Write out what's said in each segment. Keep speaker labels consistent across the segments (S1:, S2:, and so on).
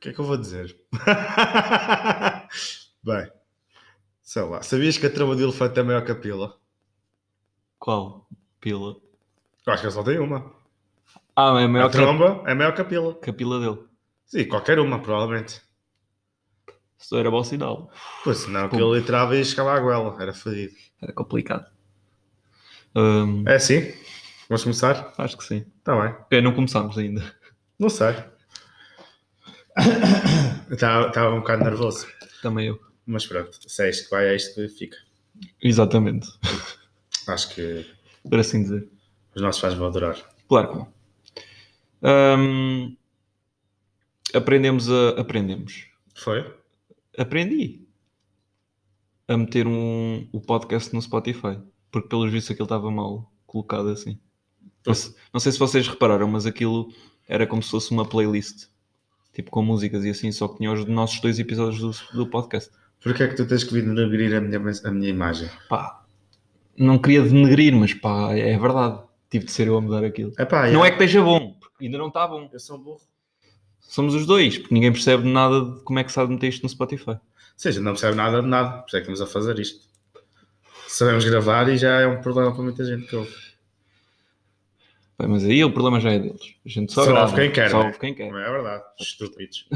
S1: que é que eu vou dizer? Bem, sei lá. Sabias que a trava de elefante é maior que a pila?
S2: Qual? Pila.
S1: Eu acho que eu só tenho uma.
S2: Ah, é
S1: A
S2: maior que a,
S1: tromba é maior que a pila.
S2: que a pila dele.
S1: Sim, qualquer uma, provavelmente.
S2: Isso era bom sinal.
S1: Pois senão aquilo entrava e chegava à goela. Era fodido.
S2: Era complicado. Hum,
S1: É assim? Vamos começar?
S2: acho que sim.
S1: Está bem.
S2: Ok, não começámos ainda.
S1: Não sei. Estava um bocado nervoso.
S2: Também eu.
S1: Mas pronto, se é isto que vai, é isto que fica.
S2: Exatamente.
S1: Acho que
S2: Por assim dizer.
S1: os nossos fãs vão adorar.
S2: Claro que não. Hum, aprendemos a. Aprendemos.
S1: Foi?
S2: Aprendi a meter um, o podcast no Spotify. Porque, pelos vistos, aquilo estava mal colocado assim. Não se- não sei se vocês repararam, mas aquilo era como se fosse uma playlist. Tipo, com músicas e assim, só que tinha os nossos dois episódios do, do podcast.
S1: Porquê é que tu tens que vir denegrir a minha, mens- a minha imagem?
S2: Pá, não queria denegrir, mas pá, é verdade. Tive de ser eu a mudar aquilo.
S1: Epá,
S2: Não
S1: já.
S2: é que esteja bom, porque ainda não está bom.
S1: Eu sou um burro.
S2: Somos os dois, porque ninguém percebe nada de como é que sabe meter isto no Spotify.
S1: Ou seja, não percebe nada de nada. Por isso é que estamos a fazer isto. Sabemos gravar e já é um problema para muita gente que ouve.
S2: Bem, mas aí o problema já é deles. A gente só,
S1: Só
S2: grava,
S1: ouve quem quer,
S2: Só
S1: né?
S2: ouve quem quer.
S1: Não é verdade. Estúpidos.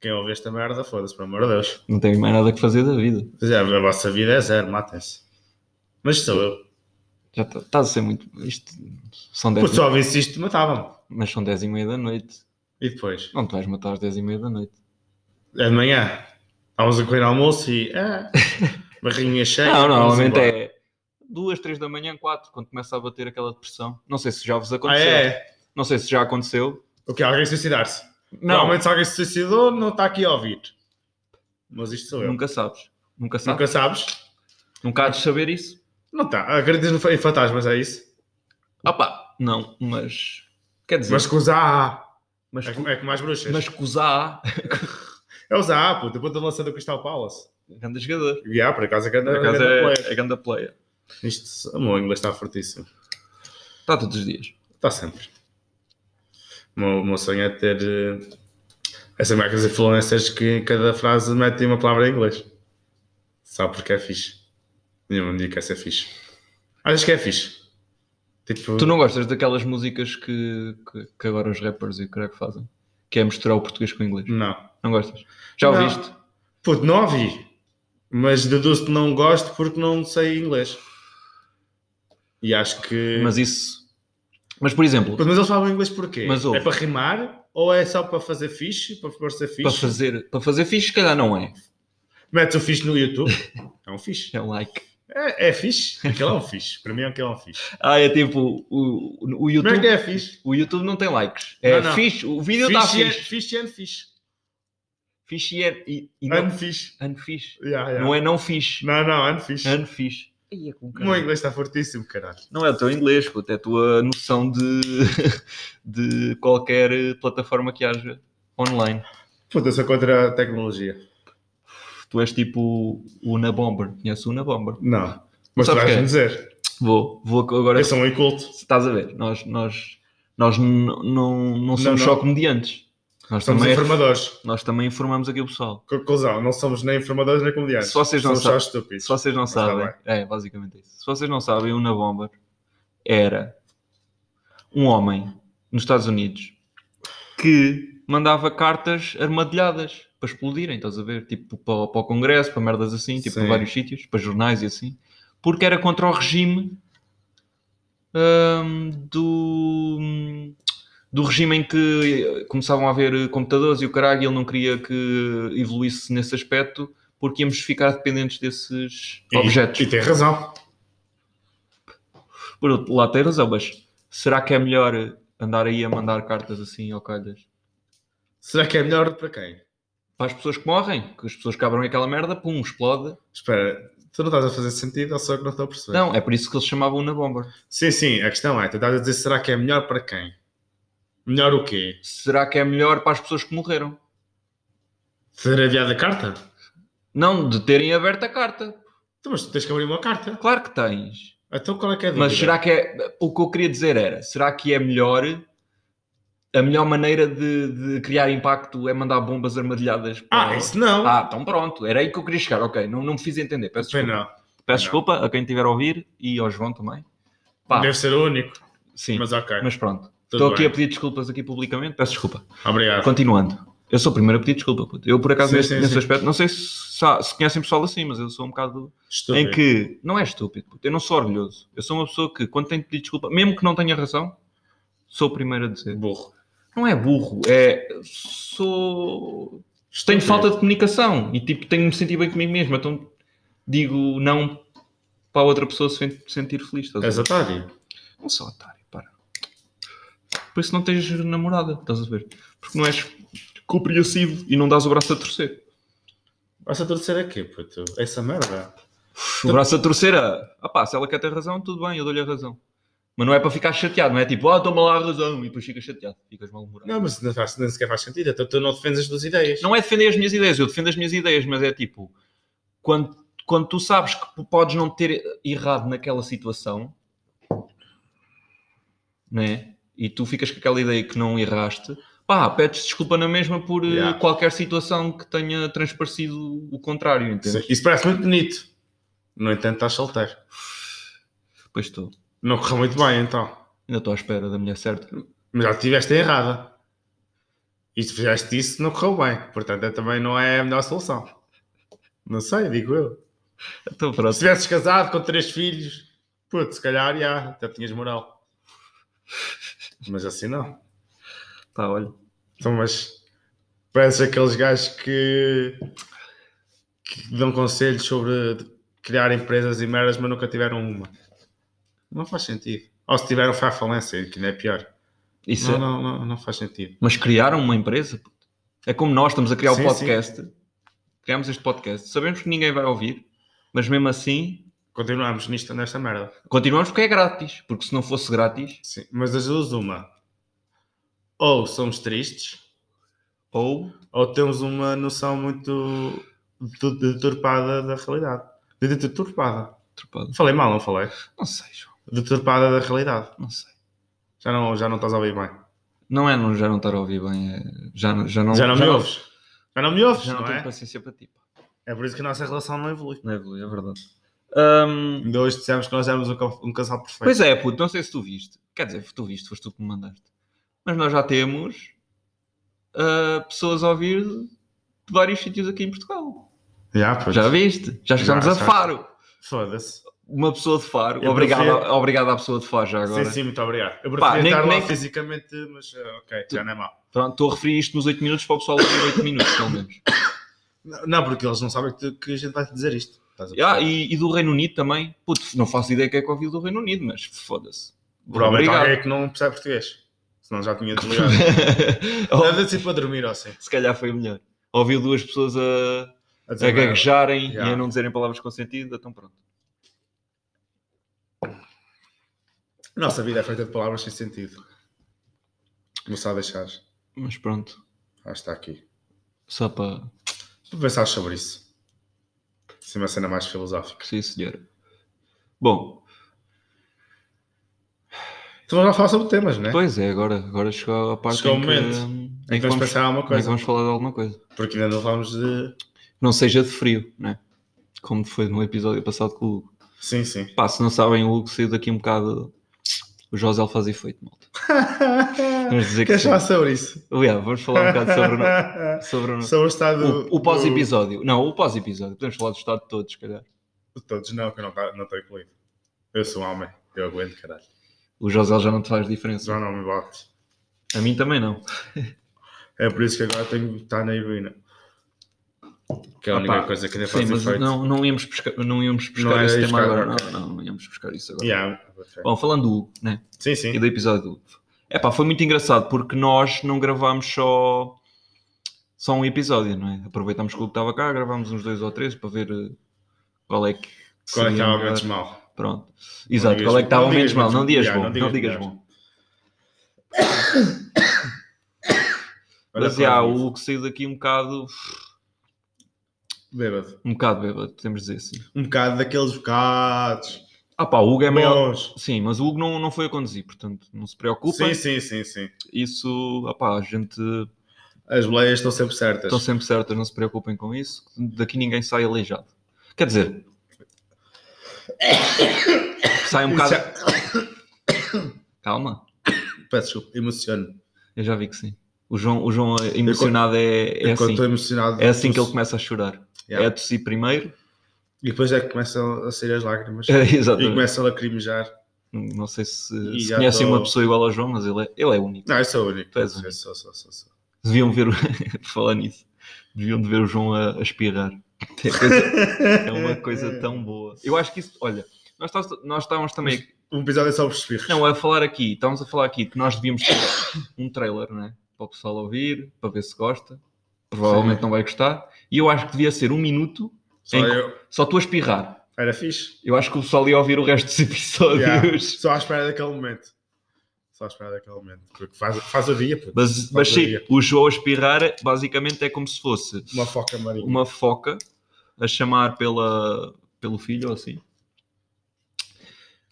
S1: Quem ouve esta merda, foda-se, pelo amor de Deus.
S2: Não tem mais nada que fazer da vida.
S1: Pois é, a vossa vida é zero, matem-se. Mas sou eu.
S2: Já está tá a ser muito. Isto são
S1: Pô,
S2: 10
S1: se ouvisse isto, matavam-me.
S2: mas são 10 e meia da noite.
S1: E depois?
S2: Não te vais matar às 10 e meia da noite.
S1: É de manhã. Vamos a comer almoço e. É. Barrinha cheia.
S2: não,
S1: vamos
S2: normalmente
S1: embora.
S2: é 2, 3 da manhã, 4, quando começa a bater aquela depressão. Não sei se já vos
S1: Ah,
S2: aconteceu.
S1: é?
S2: Não sei se já aconteceu.
S1: O que? Alguém suicidar-se?
S2: Não,
S1: Normalmente, se alguém se suicidou, não está aqui a ouvir. Mas isto sou eu. Nunca,
S2: nunca sabes. Nunca sabes. Nunca,
S1: sabes?
S2: há de saber isso.
S1: Não está. Acreditas no fa- em fantasmas, é isso?
S2: Ah pá, não, mas. Quer dizer,
S1: Mas com os AA.
S2: mas,
S1: É com, é com mais bruxas.
S2: mas Cusá,
S1: É os AA, puto. Depois da lança do Crystal Palace.
S2: grande jogador.
S1: E há, por acaso, é que anda
S2: Por acaso é, é grande player.
S1: Isto, o meu inglês está fortíssimo.
S2: Está todos os dias.
S1: Está sempre. O meu, o meu sonho é ter eh, essas marcas influencers que em cada frase metem uma palavra em inglês. Só porque é fixe. Nenhum me diz que essa é fixe. Achas que é fixe? Tipo,
S2: Tu não gostas daquelas músicas que, que, que agora os rappers e o crack fazem? Que é misturar o português com o inglês.
S1: não.
S2: Não gostas? Já
S1: Hum. Não.
S2: ouviste?
S1: Puto, não ouvi. Mas deduzo que não gosto porque não sei inglês. E acho que. Mas,
S2: Mas isso. Mas por exemplo,
S1: mas eles falam inglês porquê?
S2: Mas ouve.
S1: é para rimar? Ou é só para fazer fixe? Para parecer fixe?
S2: para fazer, para fazer fixe, se calhar não é.
S1: Metes o fixe no YouTube? é um fixe.
S2: É um like.
S1: É, é fixe. Aquele é um fixe. Para mim, aquele é um fixe.
S2: Ah, é tipo. O, o
S1: Como é que
S2: YouTube.
S1: é fixe?
S2: O YouTube não tem likes. É
S1: Não, não.
S2: fixe. O vídeo está
S1: Fixe é- and-
S2: fixe.
S1: Fixe and fixe.
S2: Fixe e, é- e, e não.
S1: And fixe.
S2: Unfixe.
S1: Yeah, yeah.
S2: Não é não fixe.
S1: Não, não, and fixe.
S2: Unfixe. Ai, é com
S1: O meu
S2: caralho.
S1: inglês está fortíssimo, caralho.
S2: Não é o teu inglês, puto, é a tua noção de, de qualquer plataforma que haja online.
S1: Puta, eu sou contra a tecnologia.
S2: Tu és tipo o Una Bomber. Conheces o Una Bomber?
S1: Não. Mas tu
S2: Sabes
S1: vais-me
S2: quem?
S1: dizer.
S2: Vou, vou agora.
S1: Eu sou um inculto.
S2: Estás a ver? Nós, nós, nós n- não, não somos
S1: não.
S2: só comediantes. Nós
S1: Somos
S2: também, é
S1: informadores.
S2: nós também informamos aqui o pessoal.
S1: Conclusão, não somos nem informadores nem comediantes.
S2: Se vocês não
S1: somos só
S2: sabem-
S1: estúpidos.
S2: Se vocês não
S1: Mas está
S2: sabem, é basicamente isso. Se vocês não sabem, o Una Bomber era um homem nos Estados Unidos que mandava cartas armadilhadas para explodirem, estás a ver? Tipo para, o- para o Congresso, para merdas assim, tipo para
S1: Sim.
S2: vários sítios, para jornais e assim, porque era contra o regime hum, do, do regime em que começavam a haver computadores e o caralho, e ele não queria que evoluísse nesse aspecto. Porque íamos ficar dependentes desses
S1: E-
S2: objetos.
S1: E tem razão.
S2: Por outro lado, tem razão, mas será que é melhor andar aí a mandar cartas assim ao calhas?
S1: Será que é melhor para quem?
S2: Para as pessoas que morrem, que as pessoas que abram aquela merda, pum, explode.
S1: Espera, tu não estás a fazer sentido ou só que não estou a perceber?
S2: Não, é por isso que eles chamavam na bomber.
S1: Sim, sim, a questão é, tu estás a dizer será que é melhor para quem? Melhor o quê?
S2: Será que é melhor para as pessoas que morreram?
S1: Ter enviado a carta?
S2: Não, de terem aberto a carta.
S1: Então, mas tu tens que abrir uma carta.
S2: Claro que tens.
S1: Então qual é que é a
S2: Mas
S1: dúvida?
S2: será que é. O que eu queria dizer era: será que é melhor a melhor maneira de, de criar impacto é mandar bombas armadilhadas. para-
S1: Ah, isso não.
S2: Ah, então pronto, era aí que eu queria chegar, ok. Não, não me fiz entender, peço
S1: Bem,
S2: desculpa.
S1: não.
S2: Peço
S1: não.
S2: desculpa a quem estiver a ouvir e ao João também. Pá,
S1: Deve ser o único,
S2: sim, mas,
S1: mas ok.
S2: pronto.
S1: tudo
S2: Estou aqui
S1: bem.
S2: a pedir desculpas aqui publicamente, peço desculpa.
S1: Obrigado.
S2: Continuando. Eu sou o primeiro a pedir desculpa. puto. Eu, por acaso,
S1: Sim,
S2: nesse,
S1: sim,
S2: nesse
S1: sim.
S2: aspecto, não sei se, sa- se conhecem pessoal assim, mas eu sou um bocado
S1: Estúpido.
S2: em que não é estúpido, puto. eu não sou orgulhoso. Eu sou uma pessoa que, quando tenho que pedir desculpa, mesmo que não tenha razão, sou o primeiro a dizer.
S1: Burro.
S2: Não é burro, é. Sou. Tenho
S1: Estúpido.
S2: falta de comunicação e tipo, tenho de me sentir bem comigo mesmo, então digo não para a outra pessoa se fen- sentir feliz. Estás a
S1: És
S2: ver?
S1: otário.
S2: Não sou otário, para. Por isso não tens namorada, estás a ver? Porque não és compreensivo e não dás o braço a torcer.
S1: Vais a torcer aqui, puto. Essa merda.
S2: O braço a torcer a. Ah pá, se ela quer ter razão, tudo bem, eu dou-lhe a razão. Mas não é para ficar chateado, não é tipo, ah, toma lá a razão e depois ficas chateado, ficas mal-humorado.
S1: Não, mas não faz, nem sequer faz sentido. Então tu não defendes as duas ideias.
S2: Não é defender as minhas ideias, eu defendo as minhas ideias, mas é tipo, quando, quando tu sabes que p- podes não ter errado naquela situação, né? E tu ficas com aquela ideia que não erraste, pá, pedes desculpa na mesma por eh,
S1: Yeah.
S2: qualquer situação que tenha transparecido o contrário, entende?
S1: Isso parece muito bonito. No entanto, estás solteiro.
S2: Pois estou,
S1: Não correu muito bem, então.
S2: ainda estou à espera da mulher certa.
S1: Mas já tiveste a errada. E se fizeste isso, não correu bem. Portanto, é- também não é a melhor solução. Não sei, digo eu.
S2: Então
S1: Se
S2: pronto,
S1: tivesses casado com três filhos, puto, se calhar, já, até tinhas moral. Mas assim não.
S2: tá, olha.
S1: Então, mas parece aqueles gajos que, que dão conselhos sobre criar empresas e merdas, mas nunca tiveram uma. Não faz sentido. Ou se tiveram, foi à falência, que ainda é pior.
S2: Isso
S1: Não,
S2: é-
S1: não, não, não faz sentido.
S2: Mas criaram uma empresa. puto. É como nós estamos a criar o
S1: Sim,
S2: podcast. Criamos este podcast. Sabemos que ninguém vai ouvir, mas mesmo assim
S1: Continuamos nisto, nesta merda.
S2: continuamos porque é grátis. Porque se não fosse grátis,
S1: Sim, mas das duas, uma. Ou somos tristes,
S2: ou
S1: ou temos uma noção muito de- deturpada da realidade. De- de- Deturpada.
S2: Trepado.
S1: Falei mal, não falei?
S2: Não sei, João.
S1: Deturpada da realidade.
S2: Não sei.
S1: Já não, já não estás a ouvir bem.
S2: Não é não, já não estar a ouvir bem. é- Já, não- já não
S1: já não me ouves. Já não me ouves,
S2: Já não,
S1: não
S2: tenho
S1: é?
S2: paciência para ti. pá.
S1: É por isso que a nossa relação não evolui.
S2: Não é, Blue, é verdade. Hum,
S1: Ainda hoje dissemos que nós éramos um, ca- um casal perfeito.
S2: pois é, puto. Não sei se tu viste. Quer dizer, tu viste, foste tu que me mandaste. Mas nós já temos ah, pessoas a ouvir de vários sítios aqui em Portugal.
S1: Já, pois.
S2: Já viste? Já chegámos
S1: Já,
S2: a
S1: já.
S2: Faro.
S1: Foda-se.
S2: Uma pessoa de Faro.
S1: Eu
S2: Obrigado,
S1: prefiro-
S2: obrigado à pessoa de Faro já agora.
S1: Sim, sim, muito obrigado. Eu preferia
S2: Pá, nem-
S1: estar lá
S2: nem-
S1: fisicamente, mas eh, ok, já não é mal.
S2: Pronto, estou a referir isto nos 8 minutos para o pessoal ouvir 8 minutos, pelo menos.
S1: Não, porque eles não sabem que, que a gente vai te dizer isto. Estás a
S2: Ah,
S1: perceber?
S2: e, e do Reino Unido também. Putz, não faço ideia que é que ouviu do Reino Unido, mas foda-se.
S1: Provavelmente
S2: Obrigado.
S1: alguém é que não percebe português. Senão já tinha desligado.
S2: Oh,
S1: Deve ser para dormir, ou assim.
S2: Se calhar foi melhor. Ouviu duas pessoas a,
S1: A
S2: a
S1: dizer merda.
S2: gaguejarem
S1: Yeah.
S2: e a não dizerem palavras com sentido, então pronto.
S1: Nossa vida é feita de palavras sem sentido. Não sabe deixar.
S2: Mas pronto,
S1: Ah, está aqui.
S2: só para.
S1: Tu pensares sobre isso. Isso é uma cena mais filosófica.
S2: Sim, senhor. Bom,
S1: Então vamos lá falar sobre temas, né?
S2: pois é, agora, agora chegou a parte
S1: Chegou
S2: em
S1: o
S2: que,
S1: momento
S2: hum,
S1: É que
S2: em que
S1: vamos
S2: vamos,
S1: pensar em alguma
S2: em que
S1: coisa.
S2: vamos falar de alguma coisa.
S1: Porque ainda não falámos de.
S2: não seja de frio, né? Como foi no episódio passado com o Hugo.
S1: Sim, sim.
S2: Pá, se não sabem, o Hugo saiu daqui um bocado. O José faz efeito, malta. Vamos dizer que
S1: Queres
S2: sim.
S1: falar sobre isso?
S2: Aliás, vamos falar um bocado sobre, o- sobre o-
S1: Sobre o estado.
S2: o, o
S1: do-
S2: pós-episódio. Não, o pós-episódio. Podemos falar do estado de todos, se calhar.
S1: Todos não, que eu não tá- não estou incluído. Eu sou um homem. Eu aguento, caralho. um
S2: O José já não te faz diferença.
S1: Já não me bate.
S2: A mim também não.
S1: É por isso que agora tenho que estar na heroína. Que é a
S2: Ah,
S1: única
S2: pá,
S1: coisa que ainda faz
S2: Sim, mas
S1: efeito.
S2: não, não íamos buscar, não íamos buscar
S1: Não era
S2: esse
S1: isso,
S2: tema
S1: cara.
S2: agora. Não, não, não íamos buscar isso agora.
S1: Yeah.
S2: Bom, falando do Hugo, né?
S1: Sim,
S2: e
S1: sim.
S2: do episódio do É pá, foi muito engraçado porque nós não gravámos só, só um episódio, não é? Aproveitámos que o Hugo estava cá, gravámos uns dois ou três para ver eh, qual é que.
S1: Qual é que
S2: seria
S1: estava
S2: melhor.
S1: menos mal?
S2: Pronto. Exato,
S1: digas-
S2: qual é que estava
S1: não
S2: menos
S1: digas
S2: mal?
S1: menos mal.
S2: Não digas
S1: Já,
S2: bom,
S1: não
S2: não
S1: digas
S2: digas
S1: melhor.
S2: bom.
S1: Olha
S2: Mas
S1: para
S2: já,
S1: mim.
S2: o Hugo saiu daqui um bocado.
S1: Bêbado.
S2: Um bocado bêbado, podemos dizer assim.
S1: Um bocado daqueles bocados
S2: Ah pá, o Hugo é maior.
S1: Bons.
S2: Sim, mas o Hugo não, não foi a conduzir, portanto, não se preocupem.
S1: Sim, sim, sim, sim.
S2: Isso, ah pá, a gente
S1: As boleias estão sempre certas.
S2: estão sempre certas, não se preocupem com isso. Daqui ninguém sai aleijado. Quer dizer, sai um bocado.
S1: Isso é-
S2: Calma,
S1: Peço desculpa, emociono.
S2: eu já vi que sim. O João, o João emocionado é, é
S1: Enquanto
S2: assim.
S1: estou emocionado.
S2: É assim que ele
S1: tosso.
S2: começa a chorar.
S1: Yeah.
S2: É a tossir primeiro.
S1: E depois é que começam a sair as lágrimas.
S2: É,
S1: E
S2: exatamente.
S1: começam a lacrimejar.
S2: Não sei se,
S1: E
S2: se
S1: já
S2: conhecem
S1: tô-
S2: uma pessoa igual ao João, mas ele é, ele é único.
S1: Não, eu sou o único. É
S2: Tu és
S1: Eu
S2: único.
S1: sou, sou, sou, sou.
S2: Deviam ver, o- por falar nisso, deviam de ver o João a, a espirrar. É, coisa- é uma coisa tão boa. Eu acho que isso, olha, nós, tá- nós estávamos também,
S1: Um episódio é só os espirros.
S2: não, a falar aqui, estávamos a falar aqui que nós devíamos ter um trailer, né? Para o pessoal ouvir, para ver se gosta. Provavelmente
S1: Sim.
S2: não vai gostar. E eu acho que devia ser um minuto
S1: Só
S2: em-
S1: eu.
S2: só tu a espirrar.
S1: Era fixe.
S2: Eu acho que o pessoal ia ouvir o resto dos episódios.
S1: Yeah. Só à espera daquele momento. Só à espera daquele momento. Porque faz, faz o dia, puto.
S2: Mas, mas sim,
S1: Falaria.
S2: o João a espirrar basicamente é como se fosse
S1: Uma foca marinha.
S2: uma foca a chamar pela, pelo filho ou assim.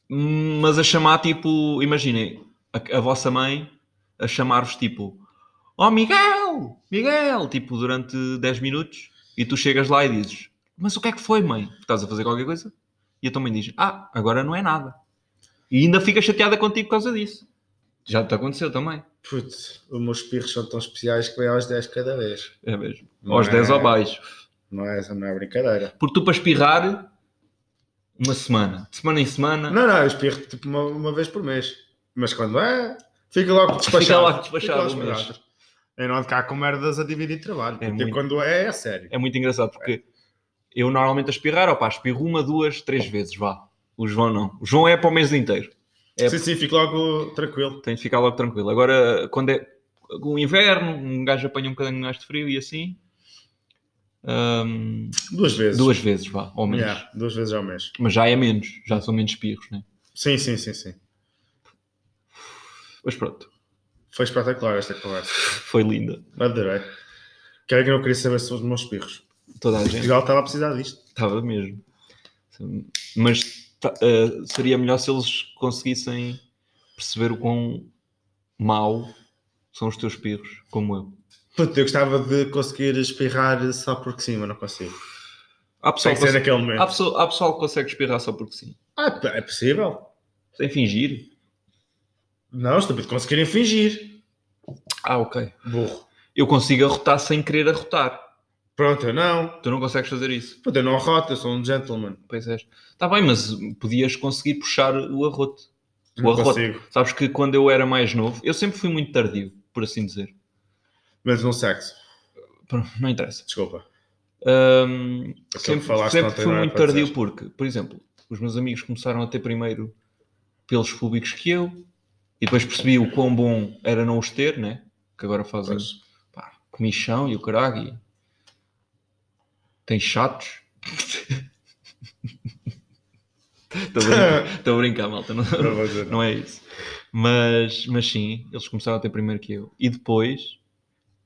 S2: Mas a chamar tipo, imaginem, a, a vossa mãe a chamar-vos tipo Oh Miguel! Miguel! Tipo, durante 10 minutos e tu chegas lá e dizes Mas o que é que foi, mãe? Estás a fazer qualquer coisa? E a tua mãe diz Ah, agora não é nada. E ainda fica chateada contigo por causa disso. Já te aconteceu também.
S1: Putz, os meus espirros são tão especiais que vem aos 10 cada vez.
S2: É mesmo.
S1: Não
S2: Aos
S1: é-
S2: 10 ou baixo.
S1: Não é essa, não é brincadeira.
S2: Porque tu para espirrar, uma semana. De semana em semana,
S1: Não, não, eu espirro tipo uma, uma vez por mês. Mas quando é, fica logo despachado.
S2: Fica logo despachado
S1: Fica
S2: um mês.
S1: despachado. Eu não ando cá com merdas a dividir trabalho.
S2: É
S1: porque
S2: muito.
S1: quando é, é sério.
S2: é muito engraçado porque eu normalmente a espirrar, opá, espirro uma, duas, três vezes, vá. O João não. O João é para o mês inteiro. É-
S1: Sim, sim, fico logo tranquilo.
S2: Tem de ficar logo tranquilo. Agora, quando é o inverno, um gajo apanha um bocadinho mais de frio e assim, hum,
S1: Duas vezes.
S2: duas vezes, vá, ao menos.
S1: Yeah, duas vezes ao mês.
S2: Mas já é menos, já são menos espirros, né?
S1: Sim, sim, sim, sim.
S2: Mas pronto,
S1: Foi espetacular esta conversa.
S2: foi linda.
S1: Adorei. Quero que eu não queria saber sobre os meus espirros.
S2: Toda a gente.
S1: Portugal estava a precisar disto.
S2: Estava mesmo. Mas ta- eh, seria melhor se eles conseguissem perceber o quão mau são os teus pirros, como eu.
S1: Puto, eu gostava de conseguir espirrar só por cima, não consigo.
S2: Há
S1: Tem que
S2: pessoal, que
S1: ser
S2: consegue,
S1: naquele
S2: há,
S1: momento.
S2: pessoa- há pessoal que consegue espirrar só porque sim.
S1: Ah, p- é possível.
S2: Sem fingir.
S1: Não, estúpido, conseguirem fingir.
S2: Ah, ok.
S1: Burro.
S2: Eu consigo arrotar sem querer arrotar.
S1: Pronto, eu não.
S2: Tu não consegues fazer isso.
S1: Puto, eu não arroto, eu sou um gentleman.
S2: Pois é. Está bem, mas podias conseguir puxar o arrote. O
S1: Não
S2: arroto.
S1: consigo.
S2: Sabes que quando eu era mais novo, eu sempre fui muito tardio, por assim dizer.
S1: Mas no sexo.
S2: Pronto, Não interessa.
S1: Desculpa.
S2: Ahm,
S1: Aquilo que
S2: sempre,
S1: falaste
S2: sempre
S1: ontem
S2: fui
S1: não era
S2: muito
S1: para
S2: tardio
S1: dizer.
S2: porque, por exemplo, os meus amigos começaram a ter primeiro pelos públicos que eu e depois percebi o quão bom era não os ter, né? Que agora fazem
S1: Pois.
S2: pá, comichão e o caralho. e- Tem chatos. Estou a brincar- estou a brincar, malta. Não,
S1: Não vou dizer nada.
S2: não é isso. Mas, mas sim, eles começaram a ter primeiro que eu. E depois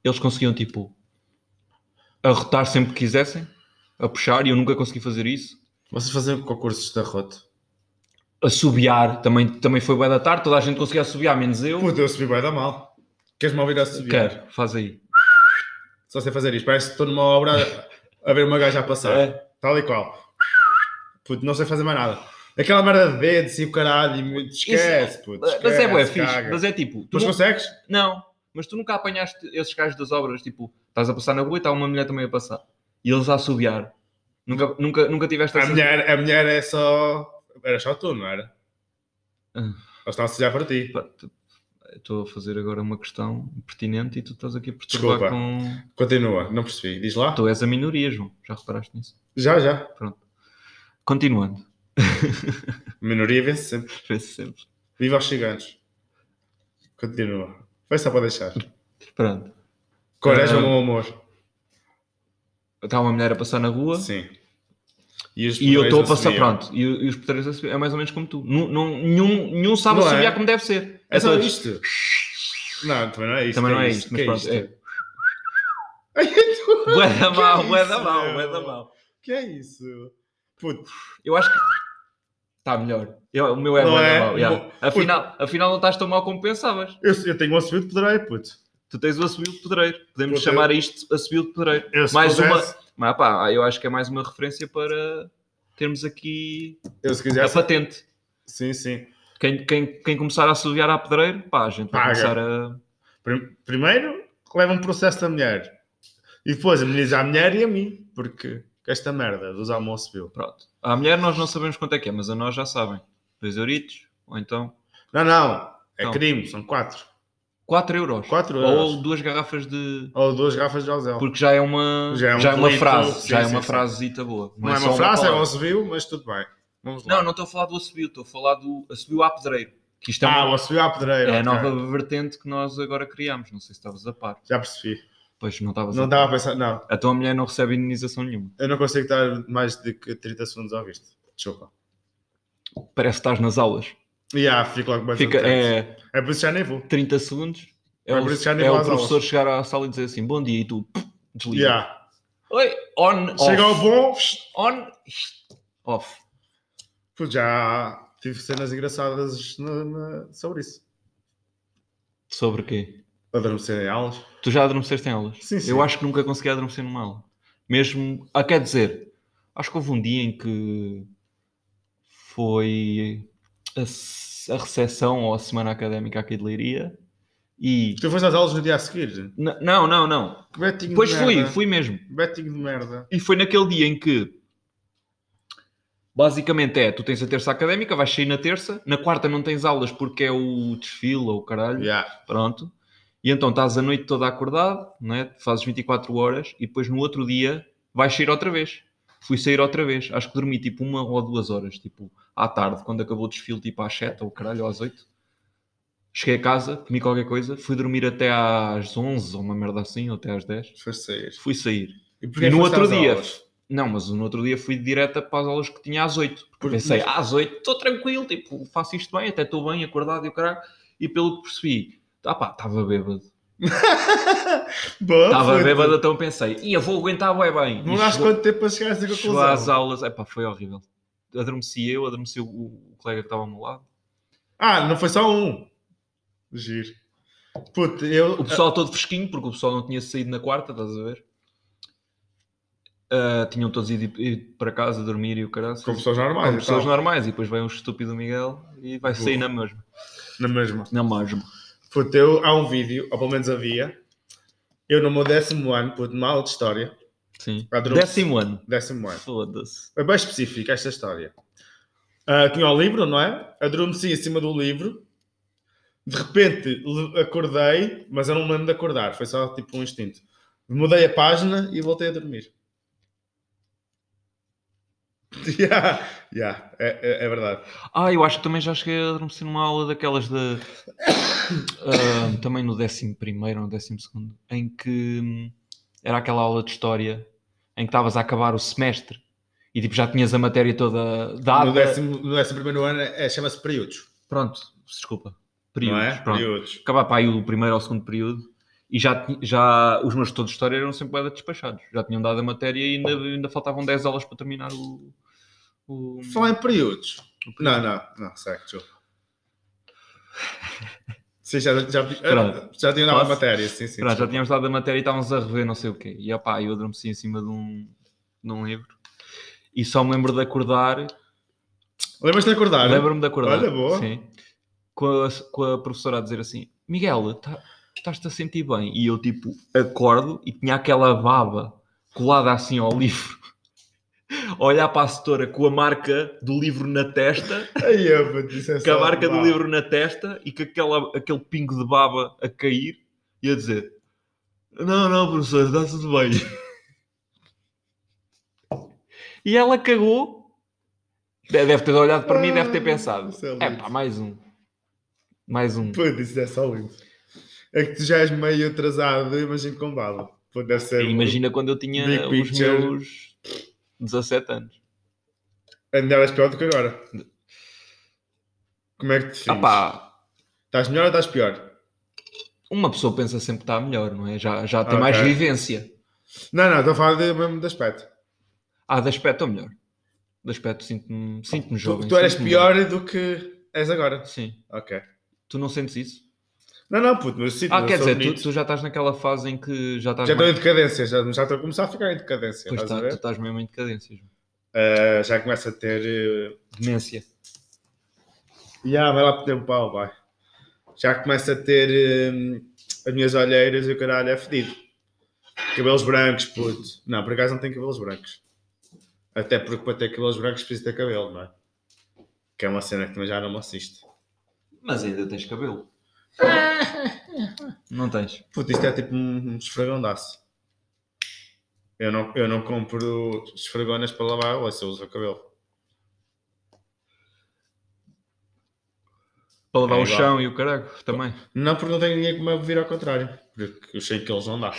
S2: eles conseguiam tipo arrotar sempre que quisessem, a puxar, e eu nunca consegui fazer isso.
S1: Vocês fazem concursos de arroto?
S2: Assobiar também, também foi bem da tarde, toda a gente conseguia assobiar, menos eu.
S1: Puto, eu subi bem da mal. Queres-me ouvir a subir?
S2: Quero, faz aí.
S1: Só sei fazer isto. Parece que estou numa obra a ver uma gaja a passar.
S2: É,
S1: Tal e qual. Puto, não sei fazer mais nada. Aquela merda de dedos e o caralho, e me- esquece, puto.
S2: mas é bué,
S1: esquece,
S2: fixe.
S1: caga.
S2: Mas é tipo, tu
S1: Mas
S2: nu-
S1: consegues?
S2: não, mas tu nunca apanhaste esses gajos das obras, tipo, estás a passar na rua e está uma mulher também a passar. E eles a assobiar. Nunca, nunca, nunca tiveste
S1: A
S2: essa-
S1: mulher, a mulher é só. Era só tu, não era?
S2: Ah.
S1: Ela estava a sujar para ti.
S2: Pá, tu- Estou a fazer agora uma questão pertinente e tu estás aqui a perturbar
S1: Desculpa.
S2: com.
S1: Continua, não percebi. Diz lá?
S2: Tu és a minoria, João. Já reparaste nisso?
S1: Já, já.
S2: Continuando.
S1: Minoria vence sempre.
S2: Vê se sempre.
S1: Viva os gigantes. Continua. Foi só para deixar.
S2: Pronto.
S1: Quaresma,
S2: Ah.
S1: meu amor.
S2: Está uma mulher a passar na rua
S1: Sim. E, os
S2: e eu estou a
S1: portugueses
S2: passar.
S1: assumiam.
S2: Pronto. E, e os portugueses a subir. É mais ou menos como tu. Nu- nu- nenhum, nenhum sabe
S1: Não é?
S2: assobiar como deve ser.
S1: É só
S2: todos-
S1: isto? Não, também não é isto. é
S2: Também não é isto, mas pronto. É. Bué da mal,
S1: Que
S2: bué
S1: isso,
S2: da mal,
S1: meu?
S2: bué da mal.
S1: Que é isso? Puto,
S2: Eu acho que. Está tá melhor. Eu- o meu é
S1: Não
S2: bom,
S1: é?
S2: mau. yeah.
S1: Bom,
S2: Afinal, afinal não estás tão mal como pensavas.
S1: Eu, eu tenho um assobio de pedreiro, puto.
S2: Tu tens o assobio de pedreiro. Podemos
S1: Puto,
S2: chamar isto assobio de pedreiro.
S1: Eu, se
S2: Mais uma-
S1: quisesse-
S2: Mas pá, eu acho que é mais uma referência para termos aqui
S1: Eu, se
S2: a
S1: quisesse.
S2: patente.
S1: Sim, sim.
S2: Quem, quem, quem começar a assoviar a pedreiro, pá, a gente vai
S1: Paga.
S2: começar a.
S1: Prim- Primeiro, leva um processo da mulher. E depois indeniza a mulher e a mim. Porque esta merda de usar o meu assobio.
S2: Pronto. A mulher nós não sabemos quanto é que é, mas a nós já sabem. 2 euritos, ou então
S1: Não, não. É
S2: Não.
S1: crime, são quatro.
S2: 4 euros.
S1: 4
S2: Ou
S1: euros.
S2: duas garrafas de.
S1: Ou duas garrafas de Josel.
S2: Porque já é uma, já
S1: Já
S2: é
S1: é um
S2: uma
S1: delito.
S2: frase,
S1: Sim,
S2: já é
S1: sim,
S2: uma
S1: sim.
S2: frasezita boa.
S1: Não é
S2: só
S1: uma frase, é um
S2: palavra.
S1: assobio, mas tudo bem. Vamos lá.
S2: Não, não estou a falar do assobio, estou a falar do assobio à pedreiro. Que isto é,
S1: Ah,
S2: uma-
S1: o assobio à pedreira.
S2: é a
S1: ok.
S2: nova vertente que nós agora criamos. Não sei se estavas a par.
S1: Já percebi.
S2: Pois não estavas
S1: Não
S2: a par.
S1: estava a pensar. Não,
S2: A tua mulher não recebe indenização nenhuma.
S1: eu não consigo estar mais de que 30 segundos a ouvir-te. Desculpa.
S2: Parece que estás nas aulas.
S1: E ah, fico logo mais
S2: Fica,
S1: contente.
S2: é
S1: é por isso que já nem vou.
S2: 30 segundos. É,
S1: É
S2: o,
S1: por isso que já nem
S2: é
S1: vou
S2: o
S1: às
S2: professor chegar à sala e dizer assim: bom dia, e tu pff, desliga.
S1: Yeah.
S2: Oi, on,
S1: Chega ao
S2: off.
S1: bom,
S2: On, off.
S1: pô, já tive cenas engraçadas na- na- sobre isso.
S2: Sobre o quê?
S1: Adormecer em aulas.
S2: Tu já adormeceste em aulas?
S1: Sim, sim.
S2: Eu acho que nunca consegui adormecer numa aula. Mesmo. Ah, quer dizer, acho que houve um dia em que foi a, s- a recessão ou a semana académica aqui de Leiria e.
S1: Tu foste às aulas no dia a seguir?
S2: N- Não, não, não.
S1: Que betinho
S2: Depois
S1: de
S2: fui,
S1: merda.
S2: fui mesmo.
S1: Betinho de merda.
S2: E foi naquele dia em que. Basicamente é, tu tens a terça académica, vais sair na terça, na quarta não tens aulas porque é o desfile ou o caralho.
S1: Yeah.
S2: Pronto. E então estás a noite toda acordado, né? fazes 24 horas e depois no outro dia vais sair outra vez. Fui sair outra vez. Acho que dormi tipo uma ou duas horas, tipo à tarde, quando acabou o desfile, tipo às 7 ou caralho, ou às 8. Cheguei a casa, comi qualquer coisa, fui dormir até às 11 ou uma merda assim, ou até às 10.
S1: Foste sair.
S2: Fui sair.
S1: E,
S2: e
S1: porquê
S2: no
S1: foste
S2: outro
S1: às
S2: dia.
S1: aulas?
S2: Não, mas no outro dia fui direta para as aulas que tinha às 8. Porque
S1: Porque-
S2: pensei, às 8 estou tranquilo, tipo, faço isto bem, até estou bem acordado e o caralho. E pelo que percebi, ah pá, estava bêbado.
S1: Bom,
S2: Estava
S1: foi-
S2: bêbado, então pensei, ia vou aguentar bué bem.
S1: Não
S2: E
S1: dás
S2: chegou-
S1: quanto tempo para chegar a essa
S2: Chegou às
S1: conclusão?
S2: aulas, epá, foi horrível. Adormeci eu, adormeci o, o colega que estava ao meu lado.
S1: Ah, não foi só um. Giro. Puto, eu.
S2: O pessoal todo fresquinho, porque o pessoal não tinha saído na quarta, estás a ver? Ah, tinham todos ido, ido para casa dormir e o caralho.
S1: Com pessoas normais. e
S2: pessoas
S1: é tal.
S2: normais. E depois vem um estúpido Miguel e vai sair na mesma.
S1: Na mesma.
S2: Na mesma.
S1: Puto, eu, há um vídeo, ou pelo menos havia. Eu no meu décimo ano, puto, uma aula de história.
S2: Sim.
S1: Adormeci.
S2: Décimo ano.
S1: Décimo ano.
S2: Foda-se.
S1: É bem específica esta história. Ah, tinha o livro, não é? Adormeci em cima do livro. De repente le- acordei, mas eu não me lembro de acordar, foi só tipo um instinto. Mudei a página e voltei a dormir. Yeah, yeah, é, é- é verdade.
S2: Ah, eu acho que também já cheguei a adormecer numa aula daquelas de. Ah, também no 11 ou no 12, em que hum, era aquela aula de história em que estavas a acabar o semestre e tipo já tinhas a matéria toda dada.
S1: No décimo, no décimo primeiro ano é, chama-se períodos,
S2: Pronto, desculpa.
S1: não
S2: Períodos.
S1: é?
S2: Pronto.
S1: Períodos.
S2: Acabava para aí o primeiro ou o segundo período e já, ti- já os meus estudos de história eram sempre bué de despachados. Já tinham dado a matéria e ainda, ainda faltavam 10 aulas para terminar o. o-
S1: Falar em períodos. Não, não, não, sei, desculpa. Sim, já, já, já,
S2: Pronto.
S1: já tinha dado a
S2: Posso?
S1: matéria, sim, sim.
S2: Pronto, já tínhamos dado a matéria e estávamos a rever não sei o quê. E opá, eu adormeci em cima de um, de um livro e só me lembro de acordar.
S1: Lembras-te de acordar?
S2: Lembro-me de acordar.
S1: Olha, boa.
S2: Sim. Com a, com a professora a dizer assim: Miguel, tá- estás-te a sentir bem? E eu tipo acordo e tinha aquela baba colada assim ao livro. a Olhar para a setora com a marca do livro na testa,
S1: Aí eu vou dizer
S2: com a
S1: só,
S2: marca
S1: pá.
S2: do livro na testa e com aquela, aquele pingo de baba a cair e a dizer: Não, não, professor, está tudo bem. e ela cagou. De- Deve ter olhado para mim e deve ter
S1: Ah,
S2: pensado:
S1: isso é lindo.
S2: É pá, mais um. Mais um.
S1: Pô, isso é só lindo. É que tu já és meio atrasado, imagino com bala. Pô, deve ser.
S2: Imagina quando eu tinha
S1: É, Big
S2: os
S1: picture.
S2: meus 17 anos.
S1: É melhor és pior do que agora. Como é que te
S2: Ah
S1: defines?
S2: pá,
S1: Estás melhor ou estás pior?
S2: uma pessoa pensa sempre que está melhor, não é? Já, já tem mais
S1: Ok.
S2: vivência.
S1: Não, não, estou a falar de, mesmo de aspecto.
S2: Ah, de aspecto ou melhor. de aspecto sinto-me sinto
S1: Tu,
S2: jovem.
S1: tu eras
S2: sinto-me
S1: pior do que és agora.
S2: bem. Sim.
S1: Ok.
S2: Tu não sentes isso?
S1: Não, não, puto, mas eu sinto,
S2: Ah,
S1: eu
S2: quer
S1: sou
S2: dizer,
S1: bonito.
S2: tu, tu já estás naquela fase em que já estás.
S1: Já estou
S2: mais...
S1: em decadência, já, já estou a começar a ficar em decadência,
S2: Pois
S1: estás a
S2: tá, tu
S1: ver?
S2: estás mesmo em decadência. João.
S1: Ah, já começa a ter. eh,
S2: Demência.
S1: Já, vai lá para o pau, vai. Já começa a ter eh, as minhas olheiras e o caralho é fedido. Cabelos brancos, puto. Não, por acaso não tenho cabelos brancos. Até porque para ter cabelos brancos preciso ter cabelo, não é? Que é uma cena que também já não me assiste.
S2: Mas ainda tens cabelo. Não tens.
S1: Puto, isto é tipo um um esfregão de aço. Eu não, eu não compro esfregonas para lavar a louça, eu uso o cabelo.
S2: Para lavar
S1: É
S2: o
S1: igual.
S2: chão e o caraco também.
S1: Não, porque não tenho ninguém que me vir ao contrário. Porque eu sei que eles não dá.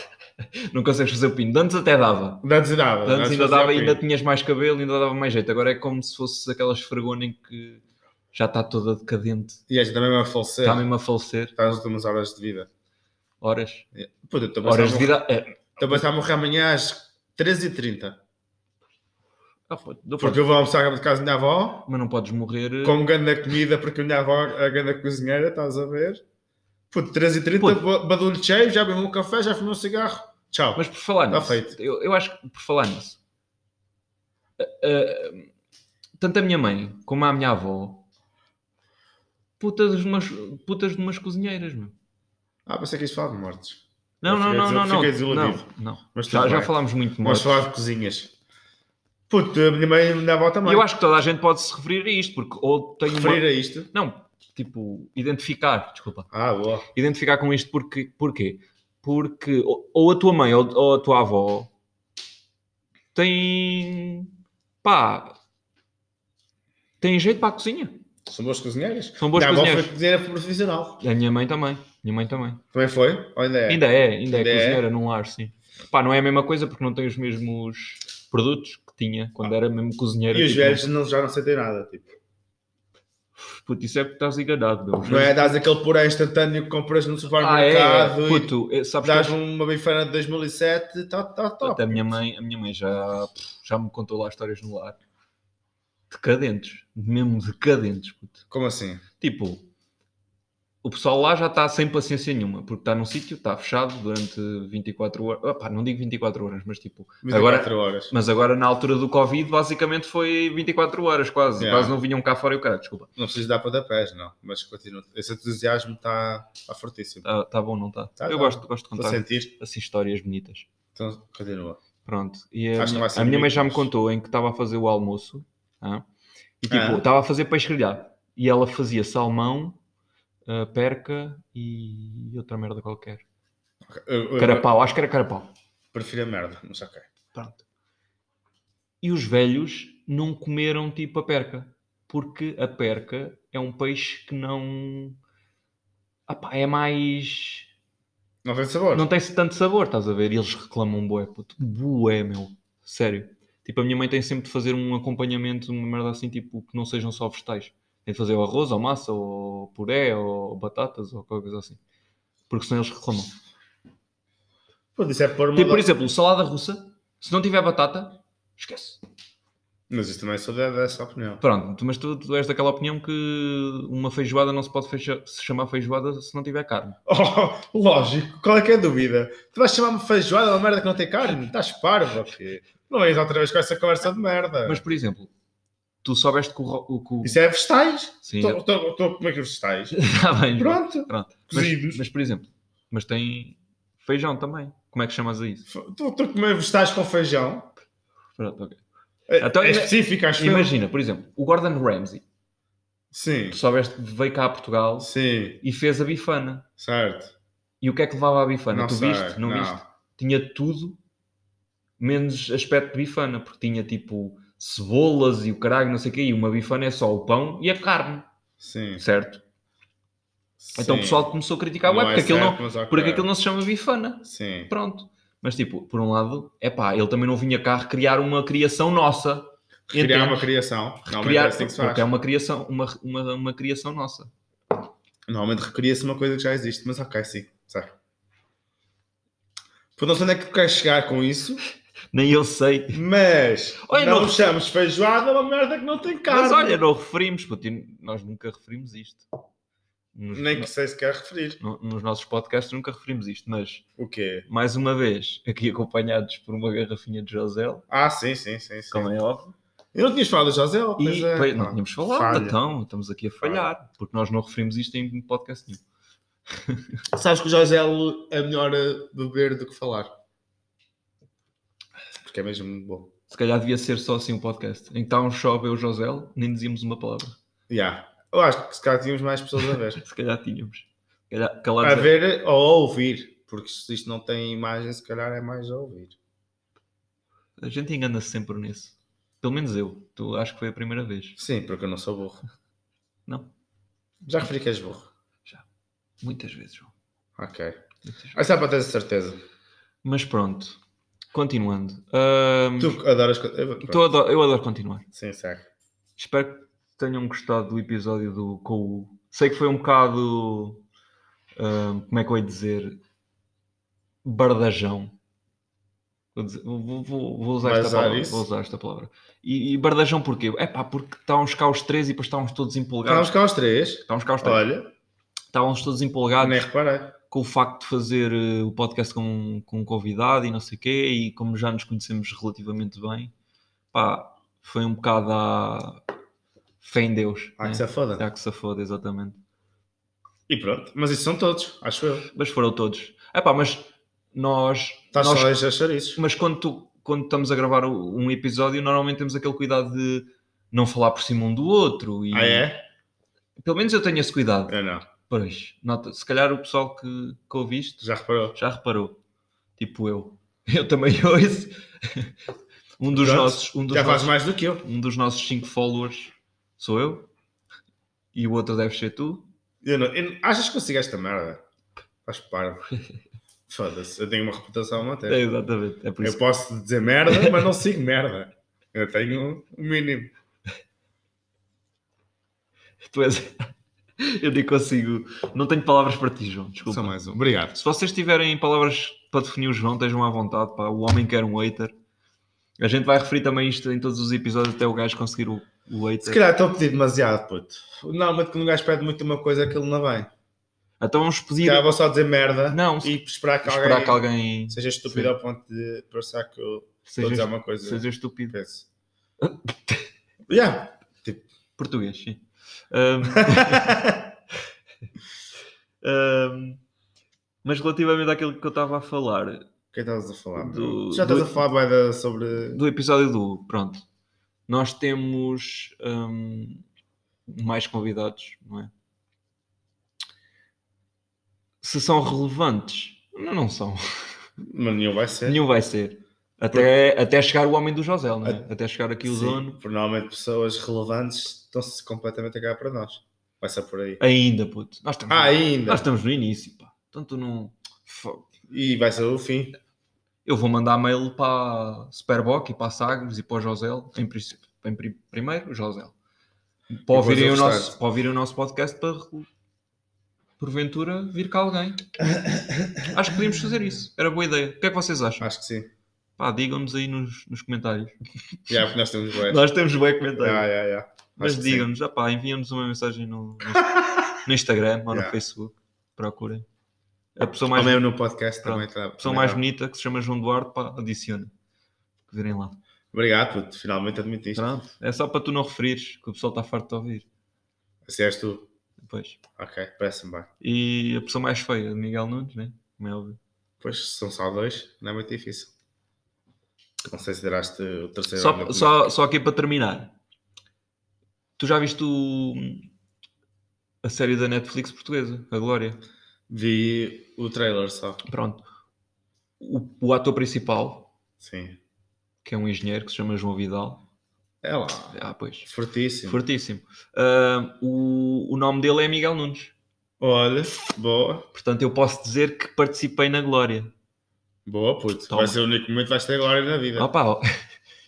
S2: Não consegues fazer o pino. De Antes até dava.
S1: Dá e dava.
S2: De Antes ainda
S1: fazia
S2: dava,
S1: é o
S2: ainda
S1: primo.
S2: tinhas mais cabelo, ainda dava mais jeito. Agora é como se fosse aquela esfregona em que já está toda decadente.
S1: E és também vai falecer.
S2: Está mesmo a falecer.
S1: Estás nas últimas horas de vida.
S2: Horas.
S1: Puta, eu estou a
S2: Horas
S1: pensar
S2: de
S1: a morrer-
S2: vida. É.
S1: estou a pensar a morrer amanhã às 13h30.
S2: Ah, pô, dou
S1: Porque eu vou almoçar de casa da minha avó,
S2: Mas não podes morrer. eh,
S1: como ganda comida, porque a minha avó é a ganda cozinheira, estás a ver? Puto, 13h30,
S2: Puto.
S1: ba- badulho cheio, já bebi um café, já fumei um cigarro. Tchau.
S2: Mas por falar
S1: Tá
S2: nisso,
S1: feito.
S2: Eu, eu acho que por falar nisso, a- a- tanto a minha mãe como a minha avó, putas de umas, putas de umas cozinheiras, meu.
S1: Ah, pensei que isto falava de mortes.
S2: Não,
S1: Eu
S2: não,
S1: fiquei
S2: não,
S1: desilu-
S2: não, não,
S1: fiquei
S2: não,
S1: desiludido.
S2: não.
S1: Mas
S2: Já,
S1: tudo
S2: já
S1: bem.
S2: falámos muito
S1: Vamos
S2: mais.
S1: falar de cozinhas. Puto, a minha mãe e a minha avó também.
S2: Eu acho que toda a gente pode se referir a isto, porque ou tem uma-
S1: Referir a isto.
S2: Não, tipo, identificar, desculpa.
S1: Ah, boa.
S2: identificar com isto porque, porquê? Porque ou, ou a tua mãe ou, ou a tua avó tem pá tem jeito para a cozinha.
S1: São boas cozinheiras?
S2: São boas
S1: Minha avó
S2: cozinheiras.
S1: foi cozinheira profissional.
S2: A minha mãe também. Minha mãe também.
S1: Também foi? Ou ainda é?
S2: Ainda é, ainda,
S1: Ainda
S2: é
S1: é?
S2: cozinheira num ar, sim. Pá, não é a mesma coisa porque não tem os mesmos produtos que tinha quando era mesmo cozinheira.
S1: Ah. E os
S2: tipo,
S1: velhos não, já não sentem nada. Tipo.
S2: Puto, isso é porque estás enganado, meu.
S1: Não é? Dás aquele puré instantâneo que compras no
S2: Ah, é?
S1: supermercado e
S2: Puto, é, sabes
S1: dás
S2: que eu-
S1: uma bifana de 2007, tá, tá, tá.
S2: Portanto, a minha mãe, a minha mãe já, já me contou lá histórias no lar. Decadentes, mesmo decadentes, puto.
S1: Como assim?
S2: Tipo, o pessoal lá já está sem paciência nenhuma, porque está num sítio, está fechado durante 24 horas. Opá, não digo 24 horas, mas tipo,
S1: 24
S2: agora,
S1: horas.
S2: mas agora na altura do Covid, basicamente foi 24 horas quase.
S1: Yeah.
S2: Quase não vinham cá fora e o cara, desculpa.
S1: Não preciso dar pontapés, não. Mas continua. Esse entusiasmo está tá fortíssimo.
S2: Está tá bom, não está?
S1: Tá,
S2: Eu
S1: tá.
S2: gosto, gosto de
S1: Estou a
S2: contar
S1: sentir.
S2: assim histórias bonitas.
S1: Então, continua.
S2: Pronto. E a,
S1: Acho que
S2: minha,
S1: vai ser
S2: a minha mãe
S1: bonito,
S2: já me
S1: mas-
S2: contou em que estava a fazer o almoço tá? e tipo,
S1: Ah.
S2: estava a fazer peixe grelhado. E ela fazia salmão, ah, perca e outra merda qualquer.
S1: Eu, eu-
S2: Carapau, acho que era carapau.
S1: prefiro a merda, mas ok.
S2: Pronto. E os velhos não comeram tipo a perca. Porque a perca é um peixe que não. Ah pá, é mais.
S1: Não tem sabor.
S2: não tem tanto sabor, estás a ver? E eles reclamam bué, puto. Bué, meu. Sério. Tipo, a minha mãe tem sempre de fazer um acompanhamento, uma merda assim, tipo, que não sejam só vegetais. Tem de fazer ou arroz, ou massa, ou puré, ou batatas, ou qualquer coisa assim. Porque senão eles reclamam.
S1: Pô, isso é pôr uma
S2: Tipo, por
S1: do-
S2: exemplo, salada russa, se não tiver batata, esquece.
S1: Mas isso também sou de- dessa opinião.
S2: Pronto, mas tu, tu és daquela opinião que uma feijoada não se pode fecha- se chamar feijoada se não tiver carne.
S1: Oh, lógico, qual é que é a dúvida? Tu vais chamar-me feijoada uma merda que não tem carne? Estás parvo, filho. Não és outra vez com essa conversa de merda.
S2: Mas, por exemplo, tu soubeste que o... ro- o- que o-
S1: É. Isso então, é vegetais.
S2: Sim,
S1: Estou estou a comer com vegetais.
S2: está bem. João.
S1: Pronto.
S2: Pronto.
S1: Cozidos.
S2: Mas, mas, por exemplo, mas tem feijão também. Como é que chamas a isso?
S1: Estou estou a comer vegetais com feijão.
S2: Pronto, ok.
S1: É,
S2: Então,
S1: é
S2: ima-
S1: específico, acho eu.
S2: Imagina, por exemplo, o Gordon Ramsay.
S1: Sim,
S2: Tu soubeste que veio cá a Portugal
S1: sim,
S2: e fez a bifana.
S1: certo.
S2: E o que é que levava a bifana?
S1: Não
S2: tu
S1: sei,
S2: viste? Não,
S1: não.
S2: viste? Tinha tudo menos aspecto de bifana, porque tinha tipo cebolas e o caralho, não sei o quê. E uma bifana é só o pão e a carne,
S1: Sim.
S2: certo? Então o
S1: sim.
S2: pessoal começou a criticar,
S1: Não
S2: ué, porque,
S1: é
S2: aquilo
S1: certo,
S2: não,
S1: mas ok.
S2: porque aquilo não se chama bifana.
S1: Sim.
S2: Pronto. Mas tipo, por um lado, é pá, ele também não vinha cá recriar uma criação nossa.
S1: Criar
S2: Entende?
S1: uma criação. Normalmente
S2: Criar-
S1: é assim que se faz.
S2: porque é uma criação, uma, uma, uma criação nossa.
S1: Normalmente recria-se uma coisa que já existe, mas ok, sim, sabe? Por não sei onde é que tu queres chegar com isso,
S2: Nem eu sei.
S1: Mas
S2: Olha,
S1: não,
S2: não-
S1: chames feijoada a uma merda que não tem carne.
S2: Mas olha, não referimos, puto, e nós nunca referimos isto. Nos,
S1: Nem que sei se quer referir.
S2: no- nos nossos podcasts nunca referimos isto, mas
S1: O quê?
S2: mais uma vez, aqui acompanhados por uma garrafinha de José,
S1: Ah, sim, sim, sim. sim.
S2: como é óbvio.
S1: Eu não tinhas falado do José?
S2: E
S1: pois é.
S2: pois, não
S1: Ah,
S2: tínhamos falado,
S1: falha.
S2: então estamos aqui a falhar, porque nós não referimos isto em podcast nenhum.
S1: Sabes que o José é melhor a beber do que falar. Porque é mesmo bom.
S2: Se calhar devia ser só assim um podcast. Então chove eu José, nem dizíamos uma palavra.
S1: Já. Eu acho que se calhar tínhamos mais pessoas a ver.
S2: Se calhar tínhamos. Se calhar,
S1: a
S2: calados, é-
S1: ver ou a ouvir. Porque se isto não tem imagem, se calhar é mais a ouvir.
S2: A gente engana-se sempre nisso. Pelo menos eu. Tu acho que foi a primeira vez.
S1: Sim, porque eu não sou burro.
S2: Não,
S1: Já referi que és burro.
S2: muitas vezes, João.
S1: Ok.
S2: Muitas vezes.
S1: Ah, só para ter a certeza.
S2: Mas pronto, continuando. Ahm,
S1: Tu adoras. co- Eu,
S2: tô ado- eu adoro continuar.
S1: Sim, saco.
S2: Espero que tenham gostado do episódio do com o. Sei que foi um bocado. ahm, como é que eu ia dizer? Bardajão. Vou, dizer- vou- vou- vou usar,
S1: Vai
S2: esta
S1: usar
S2: palavra,
S1: isso?
S2: vou usar esta palavra. E, e bardajão porquê? É pá, porque estávamos cá os três e depois estávamos todos
S1: Estávamos
S2: empolgados.
S1: cá os três.
S2: Estávamos cá os três.
S1: Olha,
S2: Estávamos todos
S1: nem
S2: empolgados
S1: reparei.
S2: com o facto de fazer eh, o podcast com, com um convidado e não sei o quê, e como já nos conhecemos relativamente bem, pá, foi um bocado à fé em Deus.
S1: Ah,
S2: né?
S1: que se foda.
S2: Há que se foda, exatamente.
S1: E pronto. Mas isso são todos, acho eu.
S2: Mas foram todos. É pá, mas nós.
S1: Estás
S2: nós-
S1: Tá só a achar isso.
S2: Mas quando, tu- quando estamos a gravar o- um episódio, normalmente temos aquele cuidado de não falar por cima um do outro. E,
S1: Ah, é?
S2: Pelo menos eu tenho esse cuidado.
S1: Eu não.
S2: Pois, nota, se calhar o pessoal que, que ouviste
S1: Já reparou?
S2: Já reparou? Tipo eu. Eu também ouço. Um dos
S1: Pronto,
S2: nossos, um dos
S1: Já fazes
S2: nossos,
S1: mais do que eu.
S2: um dos nossos cinco followers sou eu. E o outro deve ser tu.
S1: eu, não, eu não- achas que consigo esta merda? Estás parvo. Foda-se. Eu tenho uma reputação a manter.
S2: É, exatamente. É por isso.
S1: Eu posso dizer merda, mas não sigo merda. Eu tenho o mínimo.
S2: que Tu és... Eu nem consigo. Não tenho palavras para ti, João. Desculpa.
S1: Só mais um. Obrigado.
S2: Se vocês tiverem palavras para definir o João, estejam à vontade. Pá. O homem quer um hater. A gente vai referir também isto em todos os episódios até o gajo conseguir o, o hater.
S1: Se calhar estou a pedir demasiado, puto. Normalmente quando um gajo pede muito uma coisa, aquilo não vem.
S2: Então vamos
S1: Se
S2: pedir.
S1: calhar vou só dizer merda
S2: Não,
S1: e esperar que,
S2: esperar
S1: alguém,
S2: que alguém
S1: seja estúpido ao ponto de pensar que eu estou a é. dizer
S2: seja,
S1: uma coisa.
S2: seja estúpido.
S1: que Penso. yeah.
S2: Português, sim. Ahm, ahm, mas relativamente àquilo que eu estava a falar,
S1: Quem estás é a falar? meu?
S2: Do-
S1: Já estás
S2: do-
S1: a falar bué da- sobre.
S2: do episódio do Hugo, pronto, nós temos ahm, mais convidados, não é? Se são relevantes, não, não são.
S1: Mas nenhum vai ser.
S2: Nenhum vai ser. Até, até chegar o homem do José, não é? Até chegar aqui o
S1: Sim,
S2: dono.
S1: porque normalmente pessoas relevantes estão-se completamente a cagar para nós. Vai ser por aí.
S2: Ainda, puto. Nós estamos,
S1: Ah, ainda!
S2: nós estamos no início, pá. Então tu não... Fo-
S1: E vai ser o fim.
S2: Eu vou mandar mail para Superboc e para a Sagres e para o Josel, em, princípio- em pri- primeiro o Josel, para
S1: depois
S2: ouvirem,
S1: o
S2: o
S1: restante.
S2: nosso, para ouvirem o nosso podcast para porventura vir cá alguém. Acho que podíamos fazer isso, era boa ideia. O que é que vocês acham?
S1: Acho que sim.
S2: Pá, digam-nos aí nos, nos comentários.
S1: Já, porque nós temos bué.
S2: Nós temos bem
S1: Já,
S2: comentários.
S1: já, já. Ah, é, Acho
S2: Mas
S1: que sim.
S2: digam-nos, ah pá, enviam-nos uma mensagem no, no- no Instagram ou no
S1: Yeah.
S2: Facebook, procurem. A pessoa
S1: Ou
S2: mais,
S1: mesmo no podcast
S2: Pronto.
S1: também. Tá,
S2: a pessoa
S1: também
S2: mais
S1: dá.
S2: bonita que se chama João Duarte, pá, adiciona. Virem lá.
S1: Obrigado, puto. Finalmente admitiste.
S2: Pronto, é só para tu não referires, que o pessoal está farto de ouvir.
S1: Se és tu.
S2: Depois.
S1: Ok, parece-me bem.
S2: E a pessoa mais feia, Miguel Nunes, né? Como é óbvio.
S1: Pois, são só dois, não é muito difícil. Não sei se deraste o terceiro. ou
S2: Só,
S1: não.
S2: só, só aqui para terminar. Tu já viste o- a série da Netflix portuguesa, a Glória?
S1: Vi o trailer só.
S2: Pronto. O, o ator principal,
S1: Sim.
S2: que é um engenheiro que se chama João Vidal.
S1: É lá.
S2: Ah, pois.
S1: Fortíssimo.
S2: Fortíssimo. Ah, o, o nome dele é Miguel Nunes.
S1: Olha, boa.
S2: Portanto, eu posso dizer que participei na Glória.
S1: Boa, puto.
S2: Toma.
S1: Vai ser o único momento que vais ter agora na vida.
S2: Opa, ó.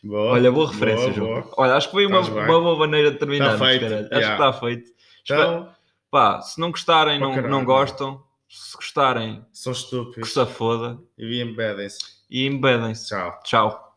S1: Boa,
S2: Ah, Olha, boa referência,
S1: boa,
S2: João.
S1: boa.
S2: Olha, acho que foi uma,
S1: Estás bem.
S2: uma boa maneira de terminar.
S1: Está feito,
S2: caralho. Acho
S1: yeah.
S2: que está feito. Espera-
S1: Então,
S2: Pá, se não gostarem,
S1: Oh,
S2: não,
S1: caralho.
S2: não gostam. Se gostarem,
S1: são
S2: que
S1: estúpidos
S2: se foda.
S1: e embedem-se.
S2: e embedem-se.
S1: Tchau.
S2: Tchau.